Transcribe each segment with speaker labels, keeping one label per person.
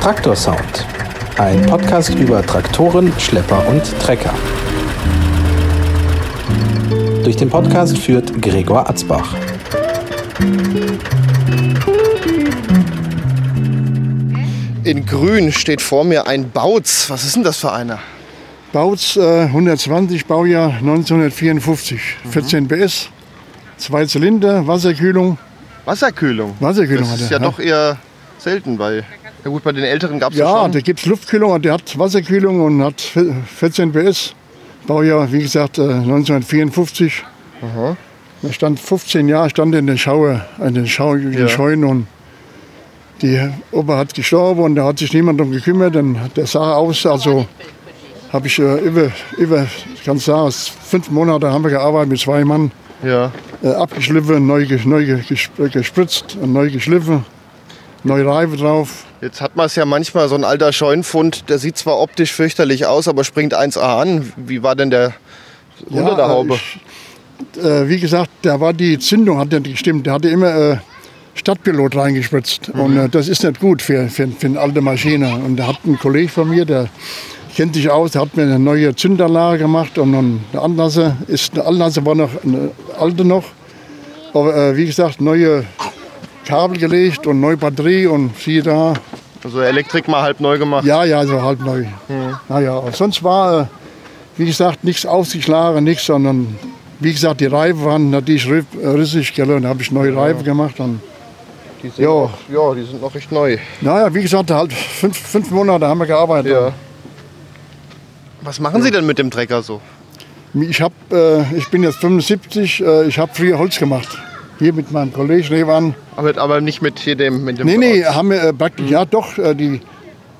Speaker 1: Traktorsound. Ein Podcast über Traktoren, Schlepper und Trecker. Durch den Podcast führt Gregor Atzbach.
Speaker 2: In grün steht vor mir ein Bautz. Was ist denn das für einer?
Speaker 3: Bautz äh, 120, Baujahr 1954, 14 PS, zwei Zylinder, Wasserkühlung.
Speaker 2: Wasserkühlung.
Speaker 3: Wasserkühlung
Speaker 2: Das
Speaker 3: hat
Speaker 2: ist
Speaker 3: er,
Speaker 2: ja
Speaker 3: ne?
Speaker 2: doch eher selten, weil ja gut, bei den Älteren gab es ja,
Speaker 3: Ja,
Speaker 2: schon.
Speaker 3: da gibt es Luftkühlung und der hat Wasserkühlung und hat vi- 14 PS, Baujahr, wie gesagt, äh, 1954. Da stand 15 Jahre, stand in der Schaue, in den, Schau in den
Speaker 2: Ja.
Speaker 3: Scheunen und die Opa hat gestorben und da hat sich niemand drum gekümmert. Dann hat der sah aus, also habe ich äh, über, über, ich kann sagen, fünf Monate haben wir gearbeitet mit zwei Mann.
Speaker 2: Ja.
Speaker 3: äh, abgeschliffen, neu, ges- neu ge- gesp- äh, gespritzt und neu geschliffen, neue Reifen drauf.
Speaker 2: Jetzt hat man es ja manchmal so ein alter Scheunenfund, der sieht zwar optisch fürchterlich aus, aber springt 1A an. Wie war denn der unter der
Speaker 3: äh,
Speaker 2: Haube?
Speaker 3: ich- Äh, wie gesagt, da war die Zündung, hat nicht gestimmt. Da hatte immer äh, Stadtpilot reingespritzt.
Speaker 2: Mhm.
Speaker 3: Und äh, das ist nicht gut für, für, für eine alte Maschine. Und da hat ein Kollege von mir, der kennt sich aus, der hat mir eine neue Zündanlage gemacht und dann eine Anlasse. Ist eine Anlasse war noch eine alte noch. Aber äh, wie gesagt, neue Kabel gelegt und neue Batterie und siehe da,
Speaker 2: also Elektrik mal halb neu gemacht.
Speaker 3: Ja, ja, so halb neu. Naja, aber sonst war, äh, wie gesagt, nichts ausgeschlagen, nichts, sondern wie gesagt, die Reifen waren natürlich ri- äh, rissig, gell, und da habe ich neue Reifen gemacht. Und,
Speaker 2: Die sind
Speaker 3: Ja.
Speaker 2: Noch, ja, die sind noch recht neu.
Speaker 3: naja, wie gesagt, halt fünf, fünf Monate haben wir gearbeitet.
Speaker 2: Was machen Sie denn mit dem Trecker so?
Speaker 3: Ich, hab, äh, ich bin jetzt 75, äh, ich habe früher Holz gemacht. Hier mit meinem Kollegen Rewan.
Speaker 2: Aber, aber nicht mit hier dem. Mit dem
Speaker 3: Nee, nee, haben wir äh, praktisch, ja doch, äh, die,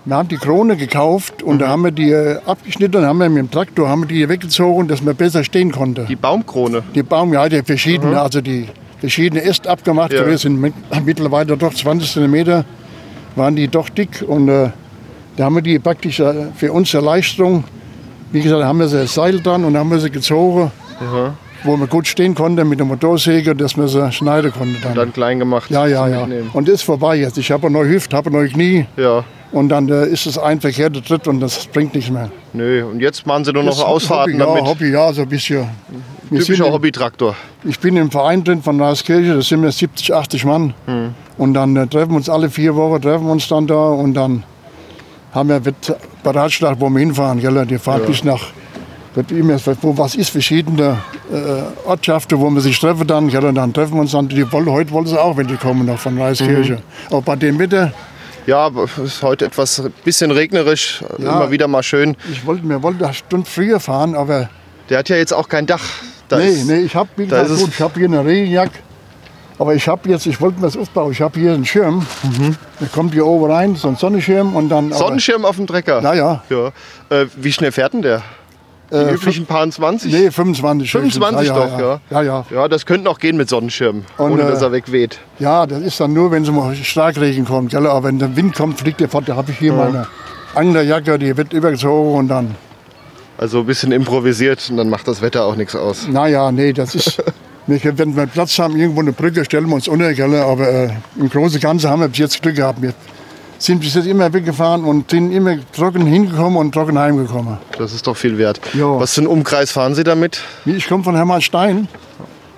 Speaker 3: wir haben die Krone gekauft und da haben wir die äh, abgeschnitten, haben wir mit dem Traktor haben wir die weggezogen, dass man besser stehen konnte.
Speaker 2: Die Baumkrone.
Speaker 3: Die Baum, ja, die verschiedenen, also die verschiedenen Äste abgemacht
Speaker 2: Mhm. Ja.
Speaker 3: gewesen, sind mit, mittlerweile doch 20 cm, waren die doch dick und äh, da haben wir die praktisch äh, für uns Erleichterung, wie gesagt, da haben wir sie das Seil dran und haben wir sie gezogen,
Speaker 2: Mhm.
Speaker 3: wo man gut stehen konnte mit der Motorsäge, dass man sie schneiden konnte dann.
Speaker 2: Dann klein gemacht.
Speaker 3: ja, ja,
Speaker 2: zum
Speaker 3: ja.
Speaker 2: Mitnehmen.
Speaker 3: Und ist vorbei jetzt. Ich habe neue Hüfte, habe neue Knie
Speaker 2: Ja.
Speaker 3: und dann äh, ist es ein verkehrter Tritt und das bringt nicht mehr.
Speaker 2: Nö, und jetzt machen sie nur
Speaker 3: Das
Speaker 2: noch
Speaker 3: ist
Speaker 2: Ausfahrten
Speaker 3: Hobby,
Speaker 2: damit.
Speaker 3: Ja, Hobby, ja, so ein bisschen. Wir sind
Speaker 2: Typischer
Speaker 3: im-
Speaker 2: Hobbytraktor.
Speaker 3: Ich bin im Verein drin von Neiskirche, da sind wir 70, 80 Mann. Und dann äh, treffen wir uns alle vier Wochen, treffen wir uns dann da und dann haben wir wird beratschlagt, wo wir hinfahren. Gell? Die fahren bis nach, wird immer, wo was ist, verschiedene äh, Ortschaften, wo man sich treffen dann. Gell? Und dann treffen wir uns dann, die wollen, heute wollen sie auch, wenn die kommen noch von Neiskirche. Aber bei dem Wetter,
Speaker 2: Ja, aber es ist heute etwas bisschen regnerisch,
Speaker 3: Ja.
Speaker 2: immer wieder mal schön.
Speaker 3: ich wollte, wir wollten eine Stunde früher fahren, aber
Speaker 2: Der hat ja jetzt auch kein Dach. Da
Speaker 3: nee,
Speaker 2: ist-
Speaker 3: nee, ich habe, wie
Speaker 2: da
Speaker 3: gesagt,
Speaker 2: ist es-
Speaker 3: gut, ich habe hier eine Regenjacke. Aber ich habe jetzt, ich wollte mir das aufbauen, ich habe hier einen Schirm. Der kommt hier oben rein, so ein Sonnenschirm und dann. aber-
Speaker 2: Mhm. Sonnenschirm auf dem Trecker.
Speaker 3: Ja, ja.
Speaker 2: ja. Äh, wie schnell fährt denn der? Die
Speaker 3: Äh,
Speaker 2: üblichen paar und 20?
Speaker 3: Nee, 25. höchstens.
Speaker 2: 25
Speaker 3: ja,
Speaker 2: doch, ja.
Speaker 3: Ja, ja.
Speaker 2: Ja, das könnte noch gehen mit Sonnenschirm,
Speaker 3: Und,
Speaker 2: ohne
Speaker 3: äh,
Speaker 2: dass er wegweht.
Speaker 3: Ja, das ist dann nur, wenn es mal Starkregen kommt. Gell? Aber wenn der Wind kommt, fliegt der fort. Da habe ich
Speaker 2: Mhm.
Speaker 3: hier meine Anglerjacke, die wird übergezogen und dann.
Speaker 2: Also ein bisschen improvisiert und dann macht das Wetter auch nichts aus.
Speaker 3: Naja, nee, das ist. Wir können- Wenn wir Platz haben, irgendwo eine Brücke, stellen wir uns unter. Gell? Aber äh, im Großen und Ganzen haben wir bis jetzt Glück gehabt. Wir sind bis jetzt immer weggefahren und sind immer trocken hingekommen und trocken heimgekommen.
Speaker 2: Das ist doch viel wert.
Speaker 3: Ja.
Speaker 2: Was für einen Umkreis fahren Sie damit?
Speaker 3: Ich komme von Hermannstein.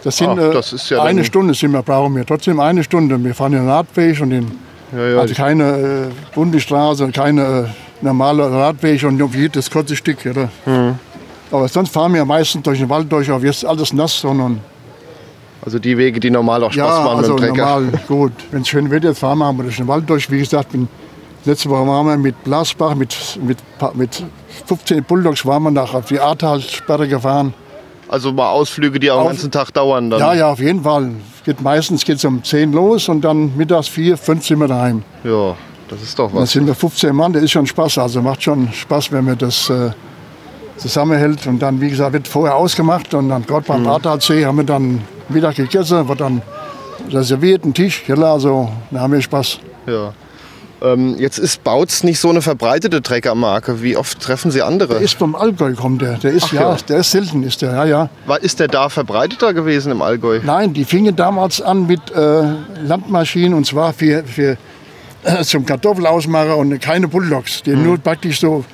Speaker 3: Das sind
Speaker 2: Ach, das ist ja
Speaker 3: äh, eine
Speaker 2: dann-
Speaker 3: Stunde, sind wir, brauchen wir trotzdem eine Stunde. Wir fahren den Radweg und den,
Speaker 2: Ja, ja,
Speaker 3: also
Speaker 2: ich-
Speaker 3: keine äh, Bundesstraße, keine äh, normale Radweg und auf jedes kurze Stück. Oder?
Speaker 2: Hm.
Speaker 3: Aber sonst fahren wir meistens durch den Wald durch, aber jetzt ist alles nass, sondern
Speaker 2: Also die Wege, die normal auch Spaß
Speaker 3: ja,
Speaker 2: machen
Speaker 3: also
Speaker 2: mit dem Trecker.
Speaker 3: normal, gut. Wenn es schön wird, jetzt fahren wir durch den Wald durch. Wie gesagt, bin, letzte Woche waren wir mit Blasbach, mit, mit, mit 15 Bulldogs waren wir nach auf die Ahrtalsperre gefahren.
Speaker 2: Also mal Ausflüge, die auch den
Speaker 3: Auf-
Speaker 2: ganzen Tag dauern dann.
Speaker 3: Ja, ja, auf jeden Fall. Geht meistens geht es um 10 los und dann mittags 4, 5 sind wir daheim.
Speaker 2: Ja, das ist doch
Speaker 3: Dann
Speaker 2: was.
Speaker 3: sind wir 15 Mann, das ist schon Spaß. Also macht schon Spaß, wenn man das äh, zusammenhält. Und dann, wie gesagt, wird vorher ausgemacht und dann gerade
Speaker 2: Mhm.
Speaker 3: beim Bartalsee haben wir dann Mittag gegessen, wird dann reserviert, ein Tisch, gell, also da haben wir Spaß.
Speaker 2: Ja. Ähm, jetzt ist Bautz nicht so eine verbreitete Treckermarke. Wie oft treffen Sie andere?
Speaker 3: Der ist vom Allgäu kommt der, der ist
Speaker 2: Ach
Speaker 3: ja,
Speaker 2: ja.
Speaker 3: der ist selten, ist der, ja, ja.
Speaker 2: War, ist der da verbreiteter gewesen im Allgäu?
Speaker 3: Nein, die fingen damals an mit äh, Landmaschinen und zwar für, für zum Kartoffelausmacher und keine Bulldogs,
Speaker 2: Mhm.
Speaker 3: die nur praktisch so,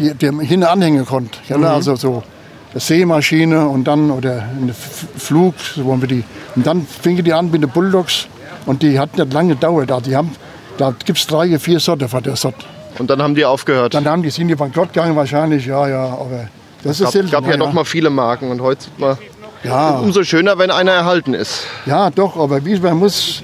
Speaker 3: die, die man hinten anhängen konnte. Ja, ne? Also so eine Seemaschine und dann oder ein F- Flug, so wollen wir die. Und dann fingen die an mit den Bulldogs und die hat nicht lange gedauert. Da, die haben, da gibt es drei, vier Sorte von der Sorte.
Speaker 2: Und dann haben die aufgehört.
Speaker 3: Dann haben die, sind die bankrott gegangen wahrscheinlich, ja, ja, aber das ist
Speaker 2: Es gab,
Speaker 3: selten.
Speaker 2: gab ja noch mal viele Marken und heute sieht man,
Speaker 3: Ja,
Speaker 2: umso schöner, wenn einer erhalten ist.
Speaker 3: ja, doch, aber wie, man, muss,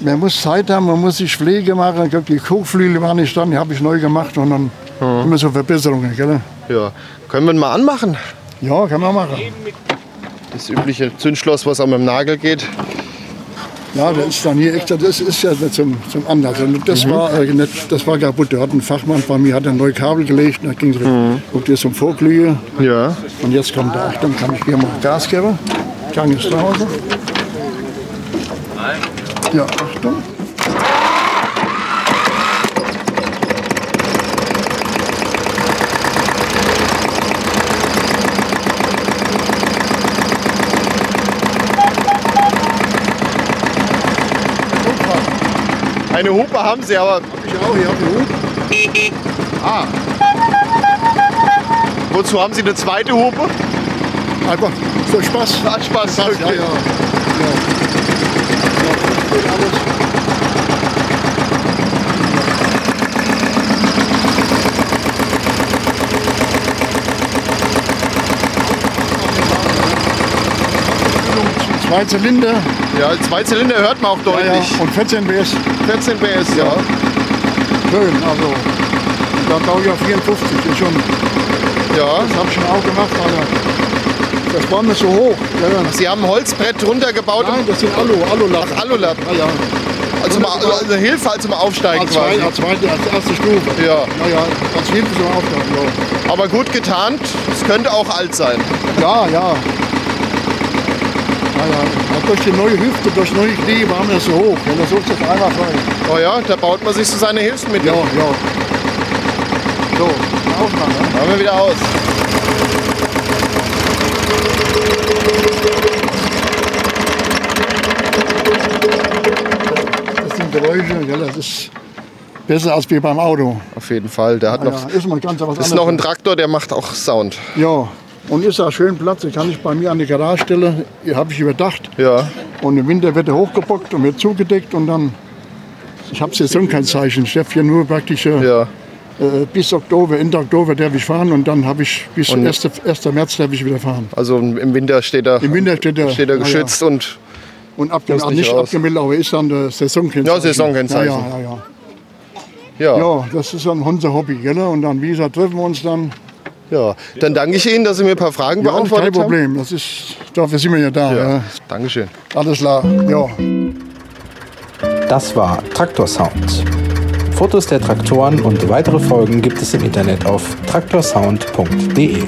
Speaker 3: man muss Zeit haben, man muss sich Pflege machen. Ich glaub, die Kuchflügel waren nicht dran, die habe ich neu gemacht und dann immer so Verbesserungen. Gell?
Speaker 2: Ja. Können wir ihn mal anmachen?
Speaker 3: Ja, kann man machen.
Speaker 2: Das übliche Zündschloss, was an meinem Nagel geht.
Speaker 3: Ja, das ist dann hier extra, das ist ja zum, zum Anlass. Und das, war, äh, nicht, das war kaputt. Da hat ein Fachmann bei mir hat ein neues Kabel gelegt und da ging es mhm. Und jetzt zum Vorglühe.
Speaker 2: Ja.
Speaker 3: Und jetzt kommt er. Achtung, kann ich hier mal Gas geben. Kann ich nach Hause? Ja, Achtung.
Speaker 2: Eine Hupe haben sie, aber
Speaker 3: Ja, hier hat die Hupe.
Speaker 2: wozu haben sie eine zweite Hupe?
Speaker 3: Einfach für Spaß.
Speaker 2: Hat Spaß.
Speaker 3: Ja, ja. ja.
Speaker 2: Okay.
Speaker 3: ja. Zwei Zylinder
Speaker 2: Ja, zwei Zylinder hört man auch
Speaker 3: ja, ja,
Speaker 2: deutlich.
Speaker 3: und 14 PS.
Speaker 2: 14 PS, ja.
Speaker 3: Schön, also da brauche ich ja 54. Ist schon,
Speaker 2: ja.
Speaker 3: das habe ich schon auch gemacht, aber das war mir so hoch. Ja, ja.
Speaker 2: Sie haben ein Holzbrett drunter gebaut.
Speaker 3: Nein, das sind Alu, Alulatten.
Speaker 2: Ach, Alulatten.
Speaker 3: Ja, ja.
Speaker 2: Also mal, also eine Hilfe, als mal aufsteigen
Speaker 3: Als, zwei,
Speaker 2: quasi.
Speaker 3: als, zweite, als erste Stufe.
Speaker 2: Ja.
Speaker 3: Ja, ja, als Hilfe so aufgenommen.
Speaker 2: Aber gut getarnt. Es könnte auch alt sein.
Speaker 3: Ja, ja. ja. Ja, ja. Aber Durch die neue Hüfte, durch neue Knie waren wir so hoch. Ja, das ist das einmal frei.
Speaker 2: Oh ja, da baut man sich so seine Hilfsmittel.
Speaker 3: Ja, ja. So, aufmachen. Ne?
Speaker 2: Machen wir wieder aus.
Speaker 3: Das sind Geräusche, ja, das ist besser als wie beim Auto.
Speaker 2: Auf jeden Fall. Der hat
Speaker 3: Ja,
Speaker 2: noch.
Speaker 3: ist mal ganz was
Speaker 2: Ist
Speaker 3: anderes.
Speaker 2: noch ein Traktor, der macht auch Sound.
Speaker 3: Ja, und ist da schön Platz. Den kann ich bei mir an die Garage stellen. Habe ich überdacht.
Speaker 2: Ja.
Speaker 3: Und im Winter wird er hochgebockt und wird zugedeckt und dann. Ich habe Saison kein Zeichen. Ich darf hier nur praktisch äh,
Speaker 2: Ja.
Speaker 3: äh, bis Oktober, Ende Oktober darf ich fahren und dann habe ich bis
Speaker 2: Und-
Speaker 3: 1. 1. März darf ich wieder fahren.
Speaker 2: Also im Winter steht er,
Speaker 3: Im Winter steht er,
Speaker 2: steht er Ah,
Speaker 3: ja,
Speaker 2: geschützt und
Speaker 3: Ja. Und abgem
Speaker 2: Muss
Speaker 3: ach,
Speaker 2: nicht
Speaker 3: nicht
Speaker 2: raus.
Speaker 3: abgemeldet, aber ist dann der Saisonkennzeichen.
Speaker 2: Ja, Saisonkennzeichen.
Speaker 3: Ja, ja, ja,
Speaker 2: ja.
Speaker 3: ja.
Speaker 2: ja.
Speaker 3: ja, das ist dann unser Hobby. Gell? Und dann, wie gesagt, treffen wir uns dann.
Speaker 2: Dann danke ich Ihnen, dass Sie mir ein paar Fragen
Speaker 3: Ja, kein
Speaker 2: beantwortet haben.
Speaker 3: Problem. Das ist, dafür sind wir ja da. Ja.
Speaker 2: Dankeschön.
Speaker 3: Alles klar. Ja.
Speaker 1: Das war Traktorsound. Fotos der Traktoren und weitere Folgen gibt es im Internet auf traktorsound.de.